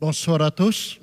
Bonsoir à tous.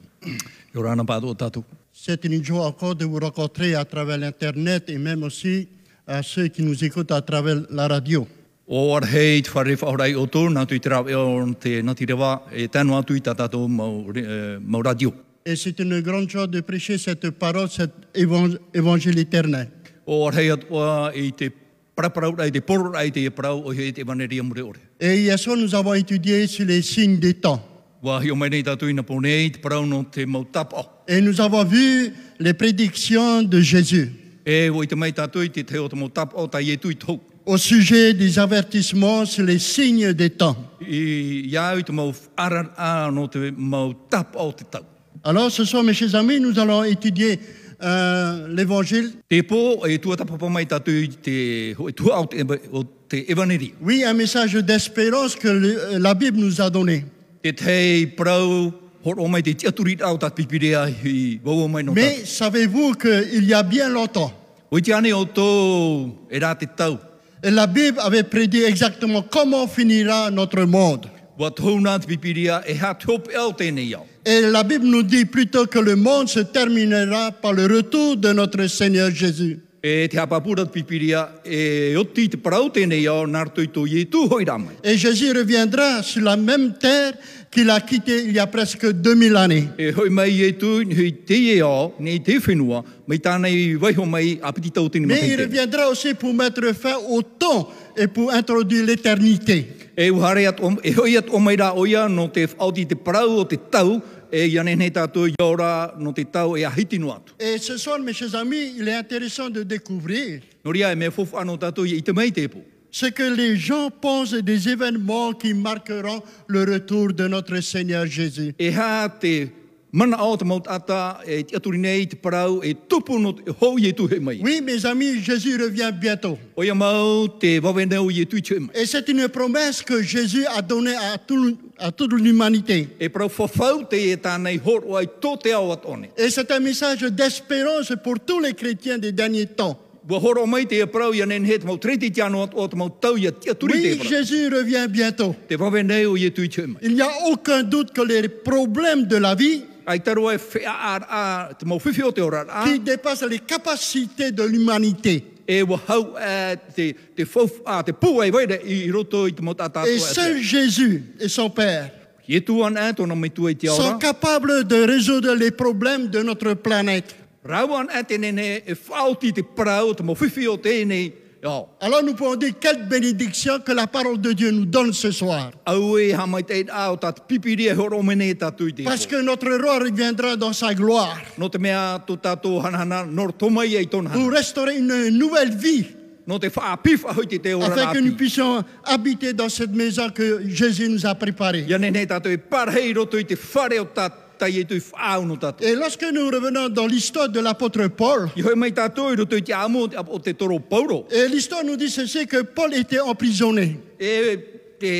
Yo rana pātou tātou. C'est une joie encore de vous rencontrer à travers l'Internet et même aussi à ceux qui nous écoutent à travers la radio. O ar hei te whare whaorai o tō, nā tui te rāwe o te nati rewa, e tēnu atu i tā tātou mau, re- eh, mau radio. Et c'est une grande joie de prêcher cette parole, cet évan- évangile éternel. O ar hei atua i te paraparaurai, te pororai, te parau o hei te vaneri amure ore. Et hier soir, nous avons étudié sur les signes des temps. Wā hio mai nei tātou i nā pōnei, te parau no te mau tapa. Et nous avons vu les prédictions de Jésus E o i te mai tātou i te teo te mau tapa, tā i e tui tau. au sujet des avertissements sur les signes des temps. I iau i te mau arara no te mau tapa o te tau. Alors ce soir, mes chers amis, nous allons étudier euh, l'évangile. Te pō, e tua tapa mai tātou i te, e tua au te, o te evaneri. Oui, un message d'espérance que le- la Bible nous a donné. Te tei prau, horo mai te tiaturi au tat pipirea i waua mai no Mais tātou. savez-vous qu'il y a bien longtemps, Oi te ane o tō, e rā te tau. la Bible avait prédit exactement comment finira notre monde. Wa tau nā te pipirea e hā tōpe au tēnei au. Et la Bible nous dit plutôt que le monde se terminera par le retour de notre Seigneur Jésus. E te hapapura te pipirea e oti te parau tēnei au nā tō i tō i tū hoi rā mai. Et Jésus reviendra sur la même terre qu'il a quittée il y a presque 2000 années. E hoi mai e tū, hoi te e au, nei te whenua, mai tānei i waiho mai a piti tau tēnei Mais il mahi tēnei. reviendra aussi pour mettre fin au temps et pour introduire l'éternité. E uhare at om, e hoi at omai rā oia no te auti te parau o te tau, e iane nei tātou i ora no te tau e ahiti no atu. Et ce soir, mes chers amis, il est intéressant de découvrir No ria e me fofu anō tātou i te mai tēpō. ce que les gens pensent des événements qui marqueront le retour de notre Seigneur Jésus. E hā te mana o te maut ata, e te aturi nei, te parau, e tupu no te hou i e tuhe mai. Oui, mes amis, Jésus revient bientôt. Oia mau te wawenau i e tui tue mai. Et c'est une promesse que Jésus a donnée à, tout- à toute l'humanité. E parau whawhau te e tānei horo ai tō te au at one. Et c'est un message d'espérance pour tous les chrétiens des derniers temps. Wa horo mai te e parau i anen he te maut treti te anō at o te maut tau i a te aturi te Oui, e parau. Jésus revient bientôt. Te wawenau i e tui tue mai. Il n'y a aucun doute que les problèmes de la vie Ai taro e whea ar a, te mau whiwhi o te ora a, qui dépassent les capacités de l'humanité e wahau e te, te whawh a, te pū ai waira i i roto i te maut ata atua et atua. seul Jésus et son Père E tu an e tōna mai tu e te sont ora. capables de résoudre les problèmes de notre planète. Rau an e tēnei e whaoti te parau, te mawhiwhi o tēnei. Ia, Alors nous pouvons dire quelle bénédiction que la parole de Dieu nous donne ce soir. au e ha mai teit au tāt pipiri e horo mene tātou i te Parce ako. que notre roi reviendra dans sa gloire No te mea tō tātou hanahana, nor tō mai e i tōna hana. pour restaurer une nouvelle vie No te whaapiwha hoi te te ora afin que nous rāpi. puissions habiter dans cette maison que Jésus nous a préparée. Ia nenei tātou e parhei roto i te whare o tātai e tui whaau no tātou. Et lorsque nous revenons dans l'histoire de l'apôtre Paul, I hoi mai tātou i roto i te amo o te toro pauro. et l'histoire nous dit ceci que Paul était emprisonné. E te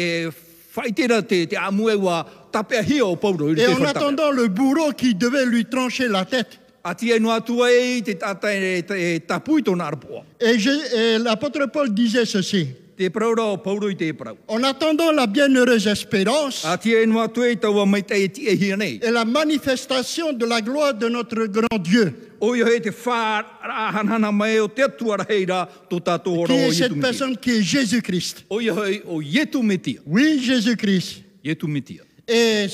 whaitera te, te amo e wa tapea hia o pauro. i Et te en whaitapea. attendant le bourreau qui devait lui trancher la tête, Ati e no atua e i te tata e, te- e tapui tōna arapoa. et, Jé- et l'apôtre Paul disait ceci. Te praura o pauro i te prau. En attendant la bienheureuse espérance Ati e no atua e taua mai te e ti e hia nei. et la manifestation de la gloire de notre grand Dieu, Oio hei te whāra hanhana mai o te atua raheira tō qui tātou hora o est Yetu cette Metia. personne qui est Jésus-Christ. Oio hei o Yetu Metia. Oui, Jésus-Christ. Yetu Metia. Et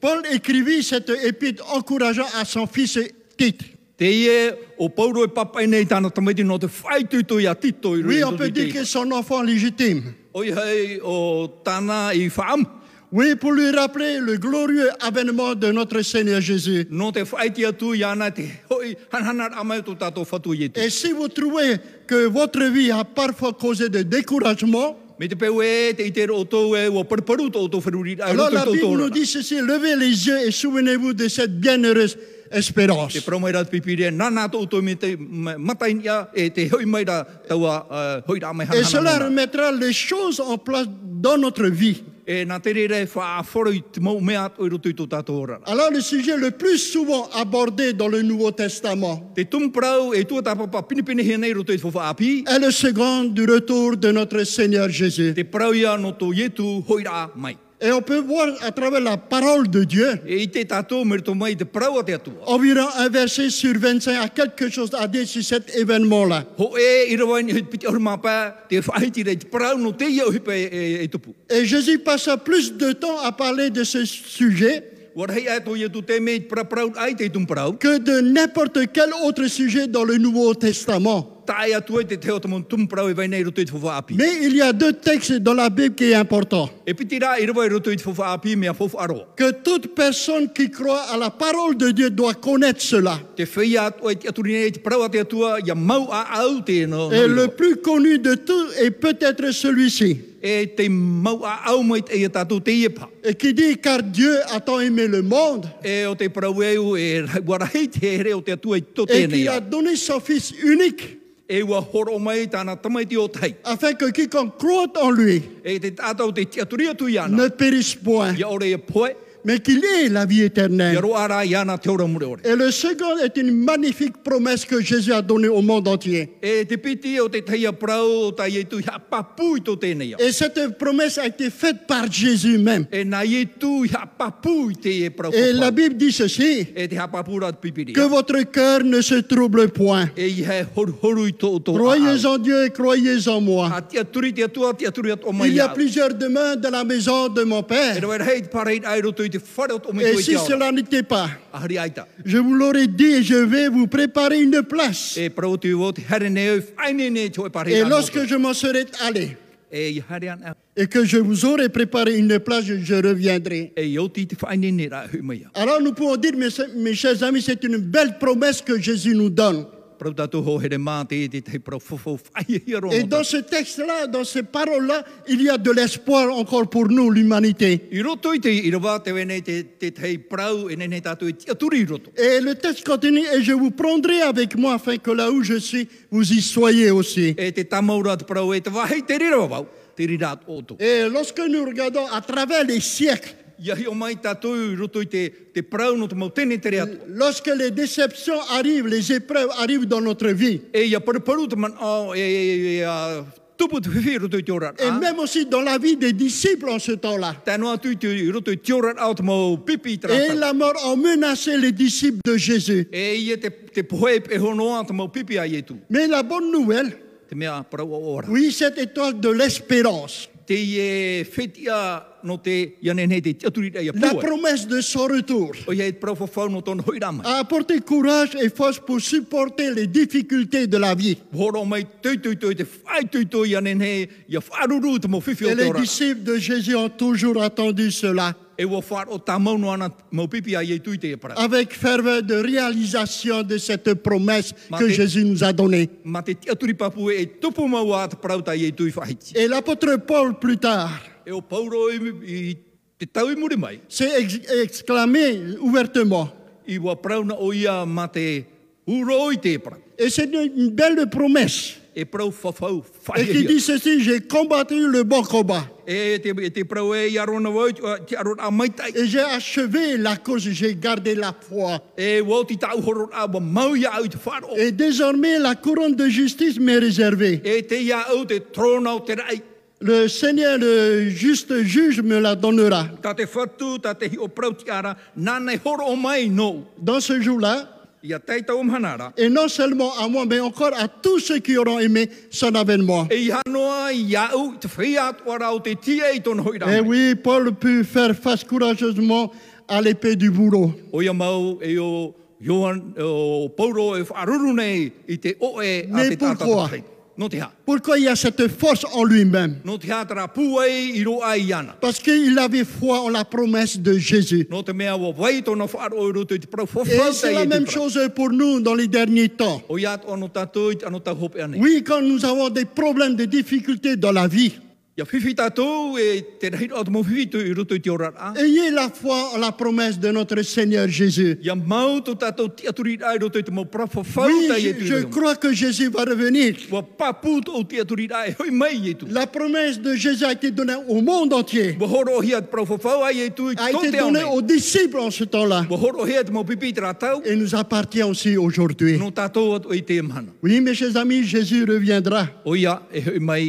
Paul écrivit cette épître encourageant à son fils Tite. Te ie o pauro e papai nei tāna tamaiti no te whaituto i a tito i e Oui, rei on tō peut i dire te que ipa. son enfant légitime. Oio hei o tāna i whaam. Oui, pour lui rappeler le glorieux avènement de notre Seigneur Jésus. No te whaiti atu i ana te hoi hanhana rā mai o tō tātou whatu Yetu. Et si vous trouvez que votre vie a parfois causé de découragement, Me te peu e, te i te o tō e, o parparu tō tō whanuri, ai alors roto i la tō tō Bible nous rana. dit ceci, levez les yeux et souvenez-vous de cette bienheureuse espérance. Te parau mai rā te pipiri e, nā nā tō tō me te matai ia, e te hoi mai rā taua uh, hoi rā mai Et hana cela hana nōna. remettra les choses en place dans notre vie. E nā te rere wha a whoro i te mau mea o i roto i tō tātou rana. Alors le sujet le plus souvent abordé dans le Nouveau Testament Te tumparau e tua tāpapa pinipini he nei roto i tō whaapi, est le second du retour de notre Seigneur Jésus. te parau ia no tō ietu hoi rā mai. Et on peut voir à travers la parole de Dieu, E i te tātou mere tō mai te parau a te atua. environ un verset sur 25 a quelque chose à dire sur cet événement-là. Ho e i rawa ni hit piti aru māpā, te whaiti rei te parau no te ia uhipa e, e, e tupu. Et Jésus passa plus de temps à parler de ce sujet Wara hei ato ia tu te me pra parau ai te tum parau. que de n'importe quel autre sujet dans le Nouveau Testament. Tai atu e te teo tamon tum parau e vai nei roto i te whawa api. Mais il y a deux textes dans la Bible qui est important. E piti rā i rawa i roto i te whawa api me a fofu aroa. Que toute personne qui croit à la parole de Dieu doit connaître cela. Te whia atu e te aturi nei te parau a te atua, ia mau a au te no. Et le plus connu de tous est peut-être celui-ci, E te mau a au mai te ia tātou te ia pā. et qui dit car Dieu a tant aimé le monde E o te parau e u e wara hei te here o te atua i tō et tēnei qu'il au. a donné son Fils unique E ua horo mai tāna tamaiti o tai. afin que quiconque croit en lui E te tātou te tiaturia tu iana. ne périsse point, Ia ore e poe, mais qu'il ait la vie éternelle. ia roa rā iana te ora mure ore. Et le second est une magnifique promesse que Jésus a donnée au monde entier. E te piti o te taia prau o tai e tu ia papu i tō tēnei au. Et cette promesse a été faite par Jésus même. E nā e tu ia papu i te e prau. Et la whapau. Bible dit ceci, E te hapapu rā te pipiri. que votre cœur ne se trouble point. E i he horu horu i tō tō Croyez en Dieu et croyez en moi. A te aturi te atua, te aturi at o mai Il y a au. plusieurs demeures dans la maison de mon E Père. roi rei te pareit ai roto i te whare o mai Et tō i si te aura. cela n'était pas, Ahari aita. je vous l'aurais dit, je vais vous préparer une place. E prau tu o te here nei, whaine nei tō e pareit. Et anō lorsque tō. je m'en serai allé E i here an au. et que je vous aurai préparé une place, je reviendrai. E i oti te whaine nei rā hui mai au. Alors nous pouvons dire, mes, mes chers amis, c'est une belle promesse que Jésus nous donne. Prau tātou ho here mā te e te tei prau e fofo whaia hi aroa. Et mata. dans ce texte-là, dans ces paroles-là, il y a de l'espoir encore pour nous, l'humanité. I roto i te i rawa te wene te, te tei prau e nei nei tātou i te aturi i roto. Et le texte continue, et je vous prendrai avec moi afin que là où je suis, vous y soyez aussi. E te tamaura te prau e te wahei te rira wau, te rira at oto. Et lorsque nous regardons à travers les siècles, Ia hi o mai tātou i roto i te, te prau no te mautene te rea atua. lorsque les déceptions arrivent, les épreuves arrivent dans notre vie, E ia paruparu te man au e, e, e, e a, tupu te whiwhi roto i te orat. et a. même aussi dans la vie des disciples en ce temps-là. Tēnō atu i te i roto i te orat au te mau pipi i te Et rata. la mort a menacé les disciples de Jésus. E ia te, te poe e honoa te mau pipi a i tu. Mais la bonne nouvelle, Te mea parau o ora. oui, cette étoile de l'espérance, Te i e whetia no te ianenei te aturi rei a la pua. promesse de son retour, O ia i te parau whawhau no tōna hoi rama. a apporté courage et force pour supporter les difficultés de la vie. Horo mai tui tui tui te whai tui tui ia nene ia wharuru te mo whiwhi o Et te les ora. disciples de Jésus ont toujours attendu cela E ua whar o tā maunu ana mo pipi a iei tui te e para. avec ferveur de réalisation de cette promesse que Martin. Jésus nous a donnée. Ma te tiaturi papue e tupu mau a te parauta iei tui whaiti. Et l'apôtre Paul, plus tard, E o pauro i, i te tau i muri mai. s'est ex- exclamé ouvertement. I ua prauna o ia ma te uro i te e para. Et c'est une une belle promesse. E parau whawhau Et qui whaia dit ceci, j'ai combattu le bon combat E te, e te parau e i arona wau te arona a maitai. et j'ai achevé la cause, j'ai gardé la foi. E wau ti tau horo a wa mau ia au i te wharo. Et désormais, la couronne de justice m'est réservée. E te ia au te trona o te rai. Le Seigneur, le juste juge, me la donnera. Tā te whatu, tā te hi o prauti ara, nānei horo o mai nou. Dans ce jour-là, Ia teitau um mhanara. et non seulement à moi, mais encore à tous ceux qui auront aimé son avènement. E i hanoa i au, te whia atuara o te tia i tono hoi Et rame. Eh oui, Paul put faire face courageusement à l'épée du bourreau. O ia mau e o Johan, o Pauro e wharuru nei i te oe a Nei te tātata pūkoa. tei. No te ha. Pourquoi il y a cette force en lui-même No te ha tara pūai i roa i ana. Parce qu'il avait foi en la promesse de Jésus. No te mea wa wai tōna whaaro i roto i te prau Et whawhau c'est tei la i te même prau. chose pour nous dans les derniers temps. O ia atu anō tātou i anō tā hope anei. Oui, quand nous avons des problèmes, des difficultés dans la vie, Ia whiwhi tātou e te rahit o te mō whiwhi tu i roto i te orat a. ayez la foi en la promesse de notre Seigneur Jésus. Ia mau tō tātou ti aturi i ai roto i te mō prau whawhau Oui, tei i je, te je reo. crois que Jésus va revenir. e Wa papu tō ti aturi i ai hoi mai i tu. La promesse de Jésus a été donnée au monde entier, Wa horo hia te prau whawhau ai e i tu i a tō été te au donnée nei. aux disciples en ce temps-là, Wa horo hia te mō pipi i te rātau. et nous appartient aussi aujourd'hui. No tātou atu i te mana. Oui, mes chers amis, Jésus reviendra. O ia e hoi mai,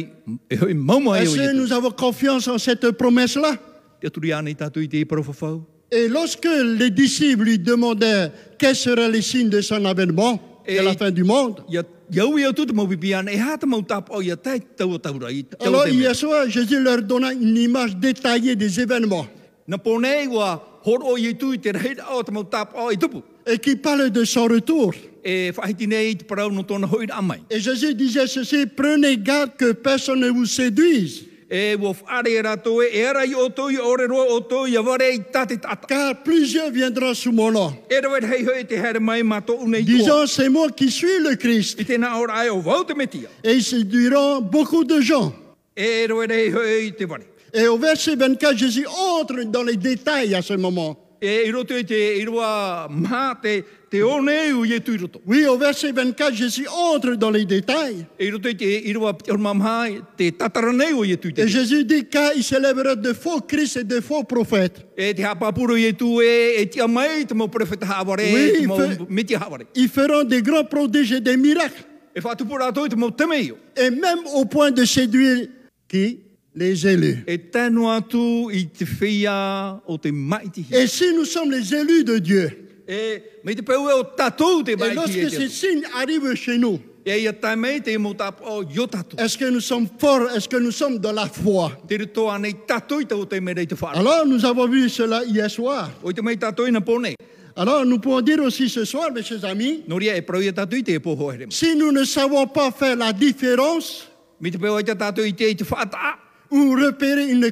e hoi mau mai o Est-ce ia que tu. nous avons confiance en cette promesse-là te aturi ana i tātou i te parawhawhau. Et lorsque les disciples lui demandaient quels seraient les signes de son avènement, de Et- la fin du monde, Ia, ia ui au tūtu maupipi ana, e hāta mau tāpa o ia tai tau o taura i tau o alors te mea. Yeshua, Jésus leur donna une image détaillée des événements Nā pōnei wā horo o i tū i te reira o te mau tāpa o i tupu. et qui parle de son retour. E whahiti nei i te parau no tōna hoira amai. Et Jésus disait ceci, prenez garde que personne ne vous séduise, E wō whare rātou e, e ara i o tō i ore roa o tō i a ware i tāte tata. car plusieurs viendront sous mon nom, E rawet hei hoi te here mai mā tō unei tō. disant c'est moi qui suis le Christ. I tēnā ora ai o vau te metia. Et ils séduiront beaucoup de gens. E rawet hei hoi te ware. Et au verset 24, Jésus entre dans les détails à ce moment. E i roto i te i roa mā te, te o nei u i tū i roto. Oui, au verset 24, Jésus entre dans les détails. E i roto i te i roa orma mā te tatara nei o i tū i te Et Jésus dit qu'il célébrera de faux Christ et de faux prophètes. E te hapapuro i tu e, e tia mai te mau prefeta haware, Oui, te mau fe- miti haware. Ils feront des grands prodiges et des miracles. E whatupura atoi te mau temeio. Et même au point de séduire qui Les élus. E tēnu atu i te whia o te maitihi. Et si nous sommes les élus de Dieu, E me te peue o tatou te et maitihi lorsque e te ces atu. signes arrivent chez nous, E ia tai mai te mau tapo o yo tatou. est-ce que nous sommes forts Est-ce que nous sommes dans la foi Te rito anei tatou i tau te merei te whare. Alors, nous avons vu cela hier soir. O i te mei tatou i na pone. Alors, nous pouvons dire aussi ce soir, mes chers amis, Noria e prau i a tatou i te e poho here. si nous ne savons pas faire la différence Me te peue i te tatou i te i te whata. ou repérer une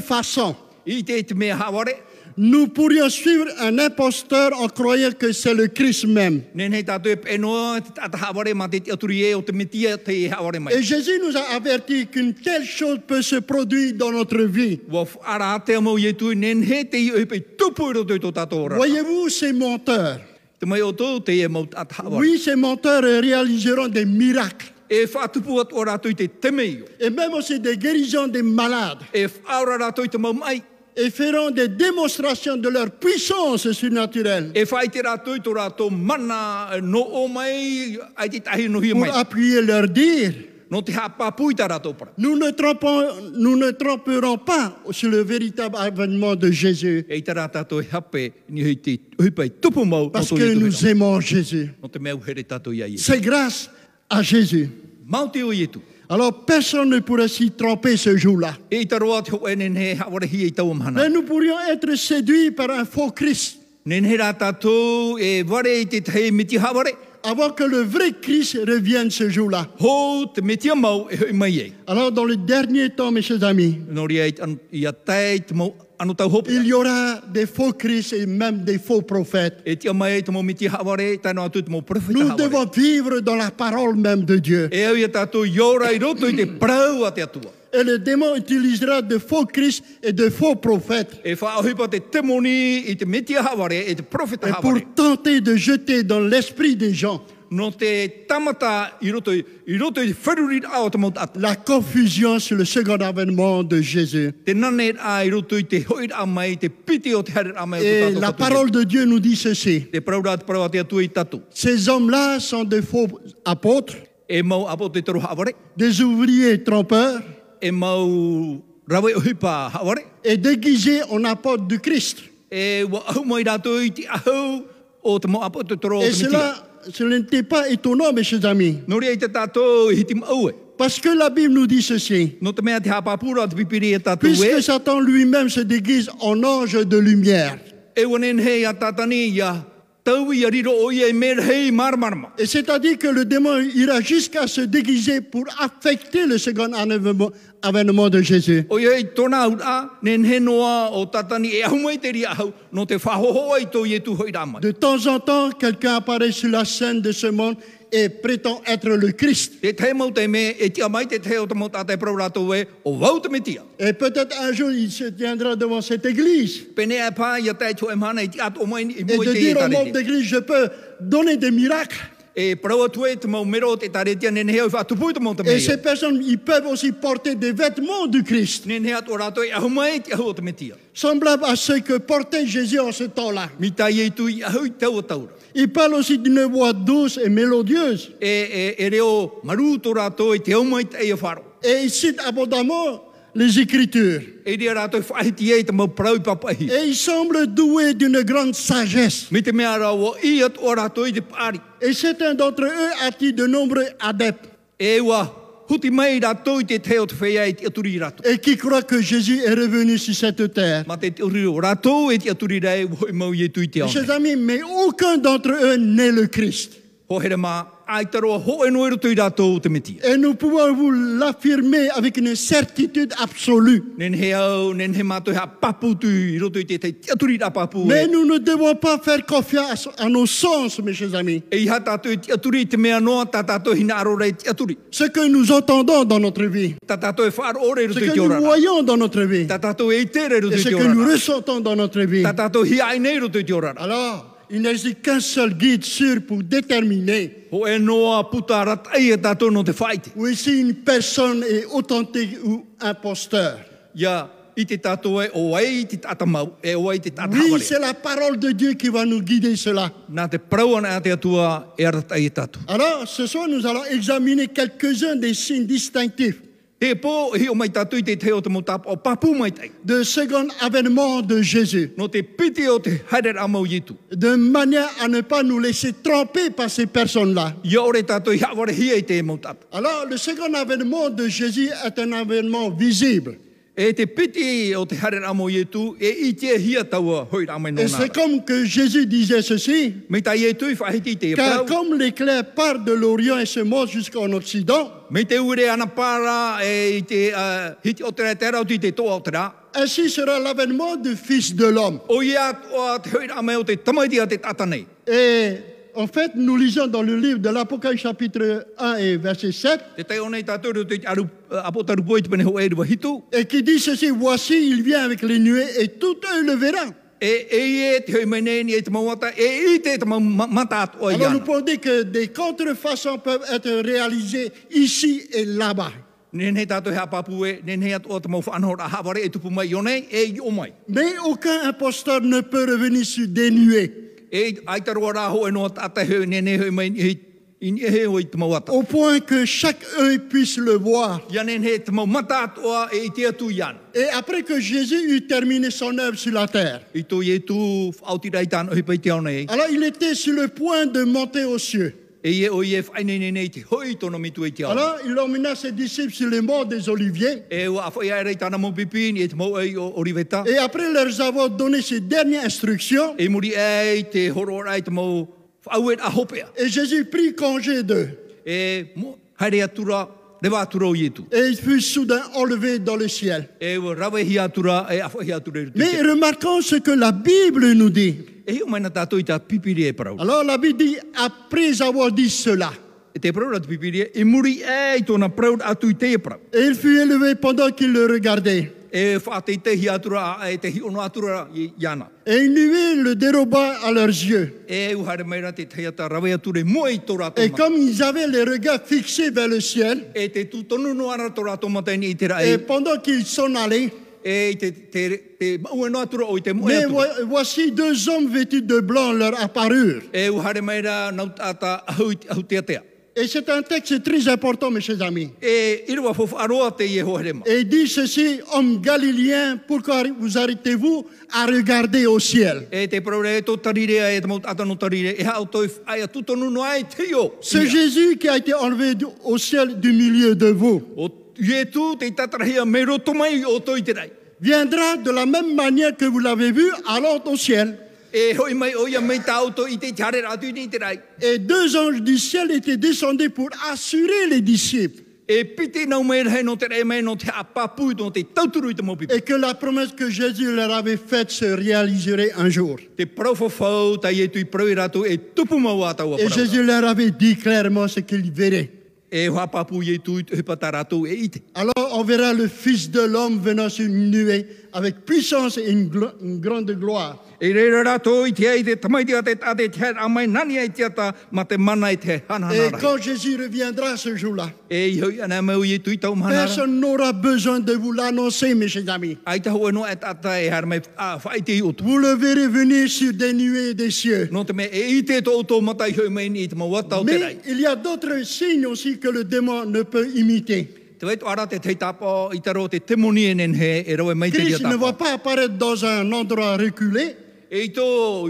contrefaçon, I te i te mea haware. Nous pourrions suivre un imposteur en croyant que c'est le Christ même. Nenei tatou e penoa te tata haware ma te te aturi e o te mitia te i haware mai. Et Jésus nous a averti qu'une telle chose peut se produire dans notre vie. Wa ara te mo ye tu nen he e te i pe tupu ro te tota tora. Voyez-vous, ces menteurs, Te mai o tō te e mo at hawa. oui, ces menteurs réaliseront des miracles E fa tupu at ora tu te teme i. et même aussi des guérisons des malades E fa ora ra tu te mo mai. et feront des démonstrations de leur puissance surnaturelle E fa i te ra tu to ra to mana no o mai ai te tahi no hi pour mai. appuyer leur dire. No te hapa pui ta ra to para. Nous ne, trompons- nous ne tromperons pas sur le véritable avènement de Jésus E i te ra ta to hape ni hi te hi pe tupu mo parce que nous aimons Jésus. No te mea uhere tato ia i. C'est grâce à Jésus. Mau te o i tu. Alors personne ne pourrait s'y tromper ce jour-là. E i taroa te hoa nen he hawara hi e i tau amhana. Mais nous pourrions être séduits par un faux Christ Nen he ra tato e ware i te tahi miti haware. avant que le vrai Christ revienne ce jour-là. Hou te metia mau e hoi mai e. Alors dans le dernier temps, mes chers amis, Nō ria i an- i a tai te mau anu tau hopi. il y aura des faux Christ et même des faux prophètes. E tia mai e te mau miti haware, tēnā atu te mau profita Nous haware. devons vivre dans la parole même de Dieu. E au i a tātou iora i roto i te prau a te atua. Et le démon utilisera de faux Christ et de faux prophètes E whaahuipa te temoni i te miti haware, e te profita et pour haware. tenter de jeter dans l'esprit des gens Nō te tamata i roto i, i roto i te wherurira ao te mau atu. la confusion sur le second avènement de Jésus. Te nane a i roto i te hoira a mai, te piti o te harer a mai. o te Et tātou E la katoa. parole de Dieu nous dit ceci. Te prau rā te prau a te atua i tatu. Ces hommes-là sont des faux apôtres, E mau apo te taro haware, des ouvriers trompeurs e mau rawe ohipa haware. et déguisés en apôtres du Christ. e wa au mai rātou i te ahau o te mo apo te toro o Et te mitia. cela, cela n'était pas étonnant, mes chers amis, Nori i te tātou i hiti mau e. parce que la Bible nous dit ceci. No te mea te hapapura te pipiri e tātou Puisque e. Satan lui-même se déguise en ange de lumière. E wanen hei a tātani i a tau i a riro o i e mer hei marmarma. Et c'est-à-dire que le démon ira jusqu'à se déguiser pour affecter le second avènement- avènement de Jésus. O i hei tōna ura, nen he noa o tātani e au mai te ri ahau, no te whahoho ai tō i e tu hoi rāma. De temps en temps, quelqu'un apparaît sur la scène de ce monde et prétend être le Christ. Te te mau te me, e tia mai te te o te mo tātai prau rātou e, o vau te mitia. Et peut-être un jour, il se tiendra devant cette église Pene e pā i a tātou e mana i te ato o mai i et mua de i te e dire au membre tārehi. d'église, je peux donner des miracles. E parau atu e te mau mero o te taretia nen hea o i whātupu i te mau te Et ces mea. personnes, ils peuvent aussi porter des vêtements du Christ, Nen hea tō rātou e ahu mai te ahu o te metia. semblables à ceux que portait Jésus en ce temps-là. Mi tai e tu i ahu i tau o taura. Il parle aussi d'une voix douce et mélodieuse. E, e, e reo maru tō rātou e te au mai te e wharo. Et il cite abondamment les Écritures. E rea rātou whaiti e te mau parau papai. Et il semble doué d'une grande sagesse. Me te mea rawa i at o rātou i te pāri. Et certains d'entre eux attirent de nombreux adeptes E wā, huti mai rātou i te teo te whea i te aturi i rātou. et qui croient que Jésus est revenu sur cette terre. Ma te te uriro rātou e te aturi rei wo i mau i e tui te Chers ana. amis, mais aucun d'entre eux n'est le Christ. Ho here mā, ai taroa ho e noero tui rātou o te mitia. Et nous pouvons vous l'affirmer avec une certitude absolue. Nen he au, nen he mātou hea papu tu i roto i te te te aturi rā papu. Mais E nous ne devons pas faire confiance à nos sens, mes chers amis. E iha tātou i te aturi i te mea noa, tā tātou hina aro rei te aturi. Ce que nous entendons dans notre vie, Tā tātou e whaaro ore i ce roto i que te nous orana. voyons dans notre vie, Tā tātou e i tere roto et i ce te que nous orana. ressentons dans notre vie. Tā tātou hi ai nei roto i te orana. Alors, il n'existe qu'un seul guide sûr pour déterminer Ho e noa puta ratai e tātou no te whaiti. où si une personne est authentique ou imposteur. Ia, i te tātou e o ai i te tata mau, e o ai i te tata Oui, haware. c'est la parole de Dieu qui va nous guider cela. Nā te parau ana a te atua e ratai e tātou. Alors, ce soir, nous allons examiner quelques-uns des signes distinctifs Te pō hi o mai tātou i te teo te motapa o papu mai tai. de second avènement de Jésus, No te piti o te harer amau i tu. de manière à ne pas nous laisser tromper par ces personnes-là. Ia ore tātou i haware hi e te motapa. Alors, le second avènement de Jésus est un avènement visible. E te piti o te harer amau i tu, e i te hia taua hoi rāmai no Et c'est nāra. comme que Jésus disait ceci, Me tai e tu i whahiti i te car parau. comme l'éclair part de l'Orient et se monte jusqu'en Occident, Me te ure ana pāra e i te ah, hiti o te rei te rau i te toa o te rā. ainsi sera l'avènement du Fils de l'homme. O ia o te hoi rā mai o te tamaiti a te tata nei. Et en fait, nous lisons dans le livre de l'Apocalypse chapitre 1 et verset 7, Te tai o nei tātou reo te aru, apo taru poi te pene ho e rua hitu. et qui dit ceci, voici, il vient avec les nuées, et tout œil le verra. E e e te hoi mai nei ni e te mawata, e i te te ma- ma- mata atu o Alors nous iana. pouvons dire que des contrefaçons peuvent être réalisées ici et là-bas. Nenei tātou hea papu e, nenei atu o te mau whanau rā haware e tupu mai o nei, e i o mai. Mais aucun imposteur ne peut revenir sur des nuées, E ai taru rā ho e noa tata hoi, nenei hoi mai, e i ni he hoi te mawata. au point que chaque œil puisse le voir. Ia nenei te mau mata atu a e i te atu iana. Et après que Jésus eut terminé son œuvre sur la terre, I tō i e tū whaoti rei tāna hoi pei te au nei. alors il était sur le point de monter aux cieux. E i e o i e whai nei nei nei te hoi tōna mitu e te au. Alors il emmena ses disciples sur les monts des Oliviers. E ua a whai ai rei tāna mō pipi, ni e te mau ei o oriveta. Et après leur avoir donné ces dernières instructions, E muri ai te horo ai te mau whauet a hopea. et Jésus prit congé d'eux. E mo, haere atura, rewa atura o ietu. Et il fut soudain enlevé dans le ciel. E o rawe hi atura, e awha hi atura i Mais rutu. remarquons ce que la Bible nous dit. E hi o maina tātou i tā pipiri e parau. Alors la Bible dit, après avoir dit cela, E te parau ratu pipiri e, e muri ai tōna parau atu i te e parau. et il fut élevé pendant qu'il le regardait. E whaatei te hi atura, a e te hi ono atura i iana. Et une nuée le déroba à leurs yeux. E u haere maira te tei ata rawe atura i mua i tō Et rātou mata. comme ils avaient les regards fixés vers le ciel, E te tū tonu no ara tō rātou mata ni i te et rai. pendant qu'ils s'en allaient, E i te, te, te maue no atura o i te mua mais atura. vo- voici deux hommes vêtus de blanc leur apparurent. E u haere maira nau tāta ahu, i- ahu te atea. Et c'est un texte très important, mes chers amis. E irua fofa aroa te i e hoherema. Et il dit ceci, hommes galiléens, pourquoi vous arrêtez-vous à regarder au ciel E te praure e tō tarire e te maut atano tarire. E hao tō ai a tūtonu no ai te io. C'est Jésus qui a été enlevé du- au ciel du milieu de vous. O ie tū te tatarahia me roto mai o tō i te rai. Viendra de la même manière que vous l'avez vu, allant au ciel. E hoi mai o ia mei tāu tō i te tare rātu i te rai. Et deux anges du ciel étaient descendus pour assurer les disciples. E pite nau mei rei no te rei mei no te apapu no te tauturu i te mōpipi. Et que la promesse que Jésus leur avait faite se réaliserait un jour. Te parau fofau tai e tui parau i rātou e tupu mau ātau a Et parau. Jésus leur avait dit clairement ce qu'ils verraient. E hoa papu i e tui te hupata rātou e ite. Alors on verra le Fils de l'homme venant sur une nuée avec puissance et une, glo- une grande gloire. E reira rātou i te ai te tamaiti a te tate te haere a mai nani ai te ata ma te mana i te Et hananara. quand Jésus reviendra ce jour-là, E i hoi ana mau i tui tau manara. personne n'aura besoin de vous l'annoncer, mes chers amis. Ai ta hoa no e tata e hara mai a whai te i otu. Vous le verrez venir sur des nuées des cieux. No te me e i te tō tō mata i hoi mai ni i te mawata o te Mais rai. il y a d'autres signes aussi que le démon ne peut imiter. Te wei tō ara te teitapa i taro te temoni e nen he e rawe mai te ria Christ ne va tapa. pas apparaître dans un endroit reculé, E i tō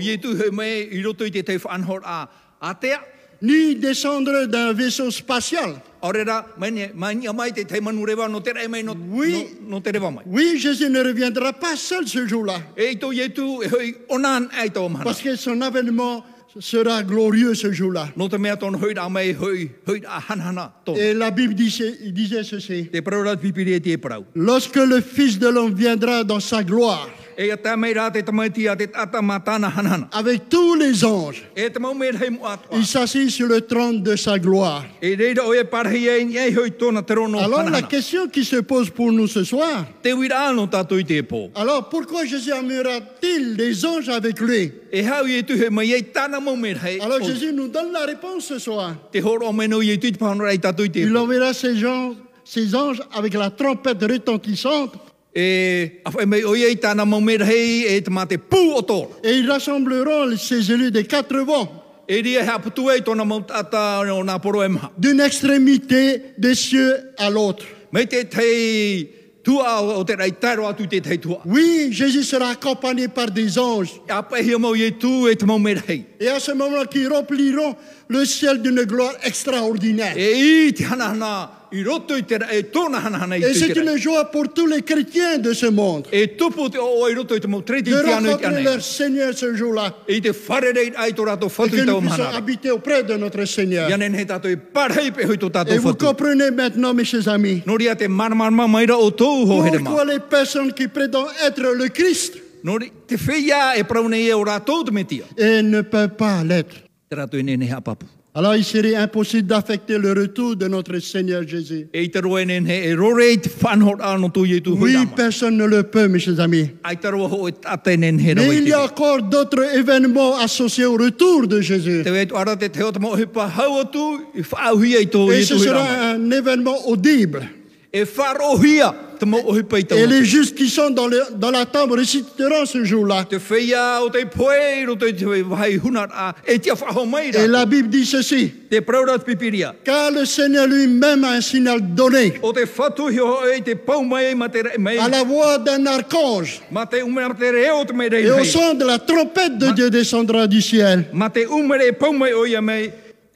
i e tū he mai i roto i te teifa anhor a atea. ni descendre d'un vaisseau spatial. Aurera, mai ne, mai ni mai te teimanu rewa no te rei mai no, Oui. no, no te rewa mai. Oui, Jésus ne reviendra pas seul ce jour-là, E i tō i e tū e hoi onan ai tō mahana. parce que son avènement sera glorieux ce jour-là. No te mea tōna hoi rā mai hoi, hoi rā hanhana tōna. Et la Bible disait, il disait ceci. Te paraurat pipiri e te e parau. Lorsque le Fils de l'homme viendra dans sa gloire, E a tā mei rā te tamaiti a te tata mātāna hanhana. avec tous les anges, E te mau mei rei mo atua. il s'assit sur le trône de sa gloire. E reira oe parhei e ni ei hoi tōna te rono Alors la hanhana. question qui se pose pour nous ce soir, Te wira anō tātou i te pō. alors pourquoi Jésus amènera-t-il les anges avec lui E hau i e tuhe mai ei tāna mau mei rei. Alors o- Jésus nous donne la réponse ce soir. Te horo o meno i e tui te pānora i tātou i te Il pō. enverra ses, gens, ses anges avec la trompette retentissante E awhai mei oe ei tāna mau mei rei e te mā te pū o tōra. et ils rassembleront ses élus des quatre vents, E ria hea putu ei tōna mau tāta o nā poro e maha. d'une extrémité des cieux à l'autre. Mei te tei tua o o te rei tāro atu i te tei tua. Oui, Jésus sera accompagné par des anges E apahi mau i e tū e te mau mei rei. et à ce moment-là qui rempliront le ciel d'une gloire extraordinaire. E i te hanahana i roto i te rai, e tōna hanahana i Et te c'est rai. une joie pour tous les chrétiens de ce monde E tupu te o i roto i te mau treti de te anu i te rencontrer anei. leur Seigneur ce jour-là E i te wharerei ai tō rato et whatu que i tau nous puissions manara. habiter auprès de notre Seigneur. Ia nen he tātou i parhei pe hui tō Et tātou vous whatu. comprenez maintenant, mes chers amis, Nōria te manamarama maira o tōu ho here mā. pourquoi les personnes qui prétendent être le Christ Nōri te whia e praune e o rato te metia. et ne peuvent pas l'être. Te rato i nene hea papu. Alors il serait impossible d'affecter le retour de notre Seigneur Jésus. E i te roe nene he e rore i te whanhor ano tō i e tū hui Oui, rama. personne ne le peut, mes chers amis. Ai te roa ho e tātai nene he Mais rawe il te y a te. encore d'autres événements associés au retour de Jésus. Te wei tō ara te te o te mo hipa hau atu i whaauhia i tō i Et e ce tū hui rama. sera un événement audible. E wharohia te mo ohi pei tau. Et les atu. justes qui sont dans, le- dans la tombe ressusciteront ce jour-là. Te whia o te poe i roto i te wahai hunar a. E tia whaho mai Et rā. la Bible dit ceci. Te praurat pipiria. Car le Seigneur lui-même a un signal donné O te whatuhi ho e te pau mai e ma te rei mai. à la voix d'un archange. Ma te umera te reo te mai rei Et au mai. son de la trompette de Dieu descendra du ciel. Ma te umere e pau mai o ia mai. E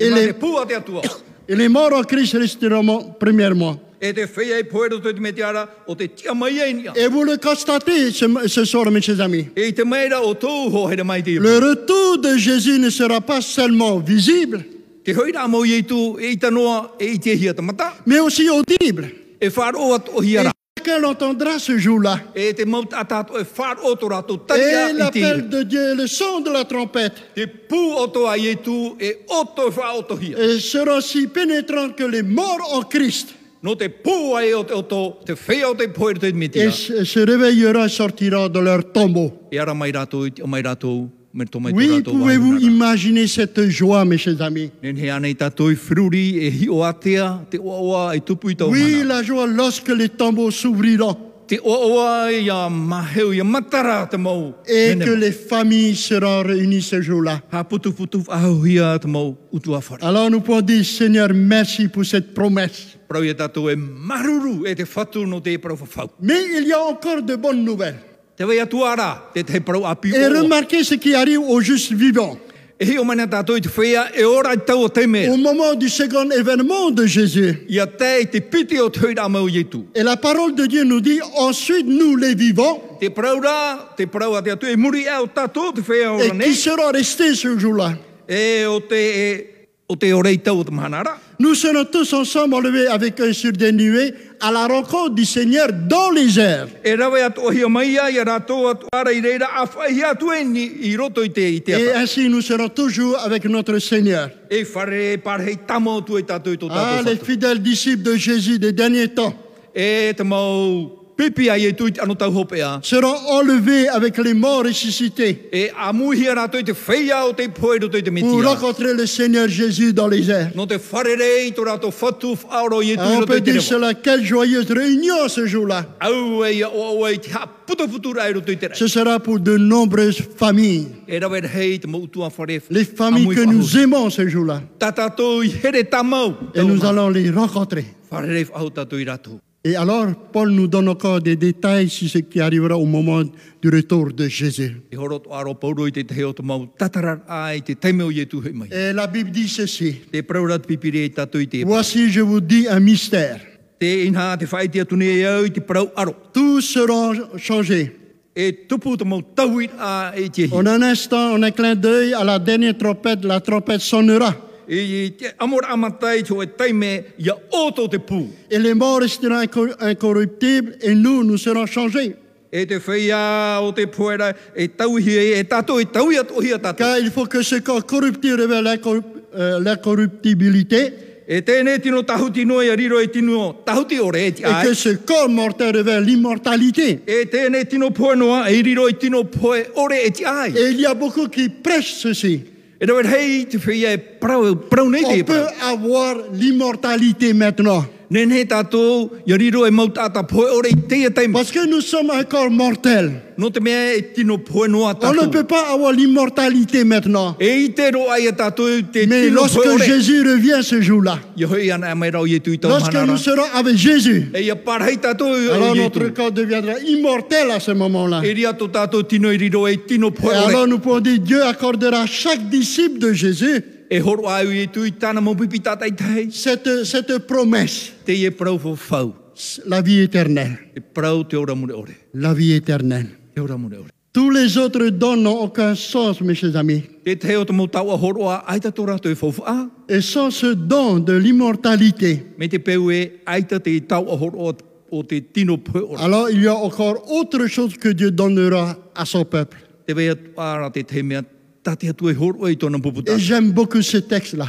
E ma le- te pua te atua. Et les morts en Christ ressusciteront premièrement. E te whia e poe roto i te meteara o te tia mai e nia. Et vous le constatez ce, ce soir, mes chers amis. E i te meira o tōu ho here mai te ipu. Le retour de Jésus ne sera pas seulement visible, Te hoira mo i tū e i tanoa e i te hia te mata. mais aussi audible. E wharo atu o hia rā. Et chacun l'entendra ce jour-là. E te maut atato e whar o tō rātou taria Et i te l'appel iu. de Dieu, le son de la trompette, Te pū o tō ai e tū e o tō whā o tō hia. euh, sera si pénétrant que les morts en Christ. No te pū ai o te o tō, te whea o te poere te Et mitia. se se réveilleront et sortiront de leur tombeau. E ara mai rātou, i te- mai rātou, me tō mai tō Oui, rātou pouvez-vous wāhinara. imaginer cette joie, mes chers amis Nen he anei tātou i whiruri e hi o atea, te oa oa e tupu i tau Oui, mana. la joie lorsque les tombeaux s'ouvriront Te oa oa e a maheu, i a matara te mau. et que Nene, les familles seront réunies ce jour-là. ha putu putu ahu hia te mau utu a whare. Alors nous pouvons dire, Seigneur, merci pour cette promesse. Prau e tātou e maruru e te whatu no te e parau whawhau. Mais il y a encore de bonnes nouvelles. Te wei atu ara, te te parau api Et o. remarquez ce qui arrive aux justes vivants. E hi o mana tātou i te whea, e ora i tau o te mea. Au moment du second événement de Jésus, Ia te i te piti o te hoira mau i tu. et la parole de Dieu nous dit, ensuite nous les vivants Te praura, te praua te atu, e muri au tātou te whea et ora qui nei. seront restés ce jour-là. E o te, e, o te orei tau o te mahanara. Nous serons tous ensemble enlevés avec eux sur des nuées à la rencontre du Seigneur dans les airs. E rawe atu ohi o mai ai, e rātou atu ara i reira, a whaihi atu e ni i roto i te i te Et ata. ainsi nous serons toujours avec notre Seigneur. E whare e parhei tamo tu e tātou i tō Ah, les tātou whatu. fidèles disciples de Jésus des derniers temps E te mau pipi ai e tu i te anu tau hopea. seront enlevés avec les morts ressuscités E a muhi a rātou i te whea o te poe roto i te pour mitia. rencontrer le Seigneur Jésus dans les airs. No te wharerei, tō rātou whatu whaoro i e Ah, tu i on roto peut i te dire rewa. cela, quelle joyeuse réunion ce jour-là. Au e ia o e te haputa futura e roto i te rei. Ce sera pour de nombreuses familles, E rawe rei te mautu a whare. les familles que nous aimons ce jour-là. Tatatou i here tamau. E Et nous allons les rencontrer. Whareref au tātou i rātou. Et alors, Paul nous donne encore des détails sur ce qui arrivera au moment du retour de Jésus. I horo tō aro pauro i te te o tō mau tatarar a i te teimeo i e tūhei mai. Et la Bible dit ceci. Te praurat pipire e i tātou i te epa. Voici, je vous dis un mystère. Te inha te whaiti atu nei au i te prau aro. Tous seront changés. E tupu tō mau tauit a e te hi. En un instant, en un clin d'œil, à la dernière trompette, la trompette sonnera. E i te amora amatai tō e teime i a oto te pū. Et les morts resteront inco- incorruptibles et nous, nous serons changés. E te whaia o te poera e tauhi e e tātou e tauhi atu ohi a tātou. Car il faut que ce corps corruptible révèle l'incorru- euh, l'incorruptibilité E tēnei tino tahuti noe a riro e tino tahuti ore e ti et ai. que ce corps mortel révèle l'immortalité. E tēnei tino poe noa e riro e tino poe ore e ti ai. Et il y a beaucoup qui prêchent ceci. E tawet hei te whia e prau, prau nei te On e prau. peut avoir l'immortalité maintenant. Nenei tātou, ia riro e mautata poe ore i teia teima. Parce que nous sommes un corps mortel. No te mea e tino poe noa On ne peut tātou. pas avoir l'immortalité maintenant. E i te roa i a tātou te Mais tino poe lorsque ore. Jésus revient ce jour-là, Ia hoi ana mai rau i tu i tau lorsque nous manara. serons avec Jésus, E ia parhei tātou alors i notre tu. corps deviendra immortel à ce moment-là. E ria tō tātou tino i riro e tino Et poe ore. alors nous pouvons dire Dieu accordera à chaque disciple de Jésus E horo au i tu i tāna mau pipi tātai tei. cette, cette promesse, Te e prau fo fau. la vie éternelle. E prau te ora mure ore. La vie éternelle. Te ora mure ore. Tous les autres dons n'ont aucun sens, mes chers amis. Te te o te mautau a horo a ai tātou rātou e fofu a. Et sans ce don de l'immortalité, Me te peu e aita te i tau a horo o te tino poe ora. alors il y a encore autre chose que Dieu donnera à son peuple. Te wea ara te te mea tate atu e horo e tōna puputa. Et j'aime beaucoup ce texte-là.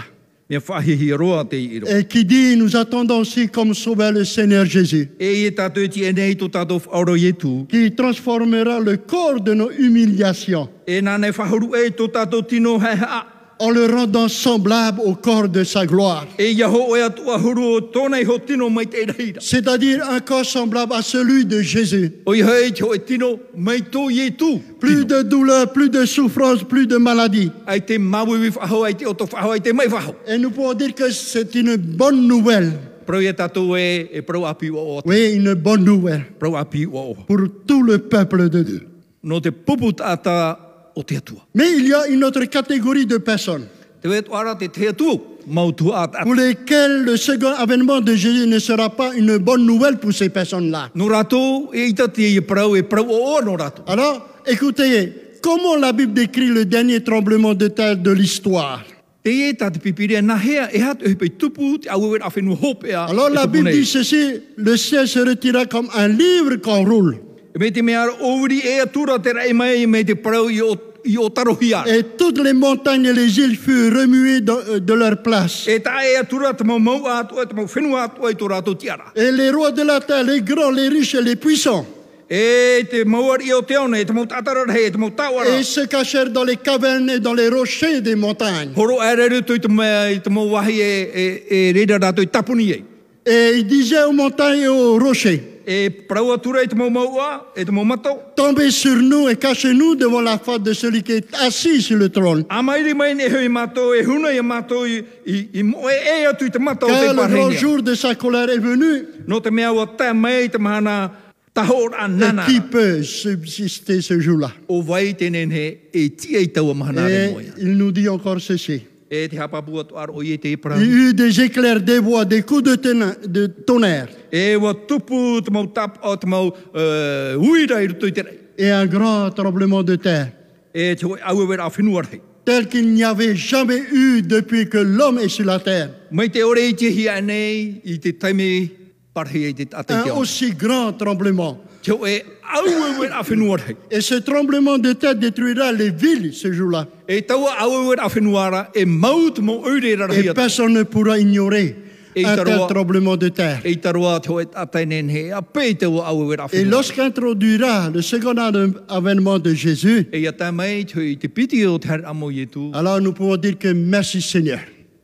Mea whahihi roa te iro. Et qui dit, nous attendons aussi comme sauveur le Seigneur Jésus, E i e tātou ti e nei tō tātou whaoro i e tū. qui transformera le corps de nos humiliations E nā nei whahoru e tō tātou tino hei ha. en le rendant semblable au corps de sa gloire. E ia ho e atu a huru o tōnei ho tino mai te reira. C'est-à-dire un corps semblable à celui de Jésus. O i hei te ho e tino mai tō i e tū. Plus de douleur, plus de souffrance, plus de maladie. Ai te mawiwi whaho, ai te oto whaho, ai te mai whaho. Et nous pouvons dire que c'est une bonne nouvelle. Prau i e tātou e, e prau api o o. Oui, une bonne nouvelle Prau api o o. pour tout le peuple de Dieu. No te pupu tātā o te atua. Mais il y a une autre catégorie de personnes Te wea ara te te atua. Mautua ata. pour lesquelles le second avènement de Jésus ne sera pas une bonne nouvelle pour ces personnes-là. No rātou, e ita te e parau, e parau o o no rātou. Alors, écoutez, comment la Bible décrit le dernier tremblement de terre de l'histoire Te e tā te pipire nā hea, e hatu e pei tupu, te awewe a whenua hop e a. Alors e la tupu Bible nei. dit ceci, le ciel se retira comme un livre qu'on roule. E me te mea ouri e atura te rei mai, e me te parau i o, i o taro hia. Et toutes les montagnes et les îles furent remuées de, euh, de leur place. E tā e atura te mau mau atua, te mau whenua atua i tō rātou tiara. Et les rois de la terre, les grands, les riches et les puissants, E te mauar i o te ona, e te mau tātarara hei, e te mau tāwara. et se cachèrent dans les cavernes et dans les rochers des montagnes. Horo e reru tui te mea, i te mau wahi e, e, e reira rātou i tapuni ei. Et ils disaient aux montagnes et aux rochers, E parau atura i te mau maua, e te mau matau. tombez sur nous et cachez-nous devant la face de celui qui est assis sur le trône. Amairi mai ne hui mato e huna i mato i, i, i moe e atu i te mata o te Car le grand parenia. jour de sa colère est venu, No te mea o tā mai te mahana tahor a nana. et qui peut subsister ce jour-là O vai tēnei he e tia i tau mahana re Et moia. il nous dit encore ceci. E te hapapua tu ar o i e te ipra. Il y eut des éclairs, des voix, des coups de, tena- de tonnerre E wa tupu te mau tap o te mau eh, uira i rutu i te rei. et un grand tremblement de terre, E te hoi aue wera a whenua rei. tel qu'il n'y avait jamais eu depuis que l'homme est sur la terre. Mai te ore i te hia nei i te taimi parhi i te ate Un te au. aussi grand tremblement. Te hoi aue wera a whenua rei. Et ce tremblement de terre détruira les villes ce jour-là. E taua aue wera a whenuara e maut mo ure rara Et hia personne ne pourra ignorer Et un il tel sera- tremblement de terre. E taroa te hoe atai nen he, a pei e te wa awe wera Et whinu. lorsqu'introduira le second avènement de Jésus, E ia tā mai tui te piti o te hara amo i e tu, alors nous pouvons dire que merci Seigneur.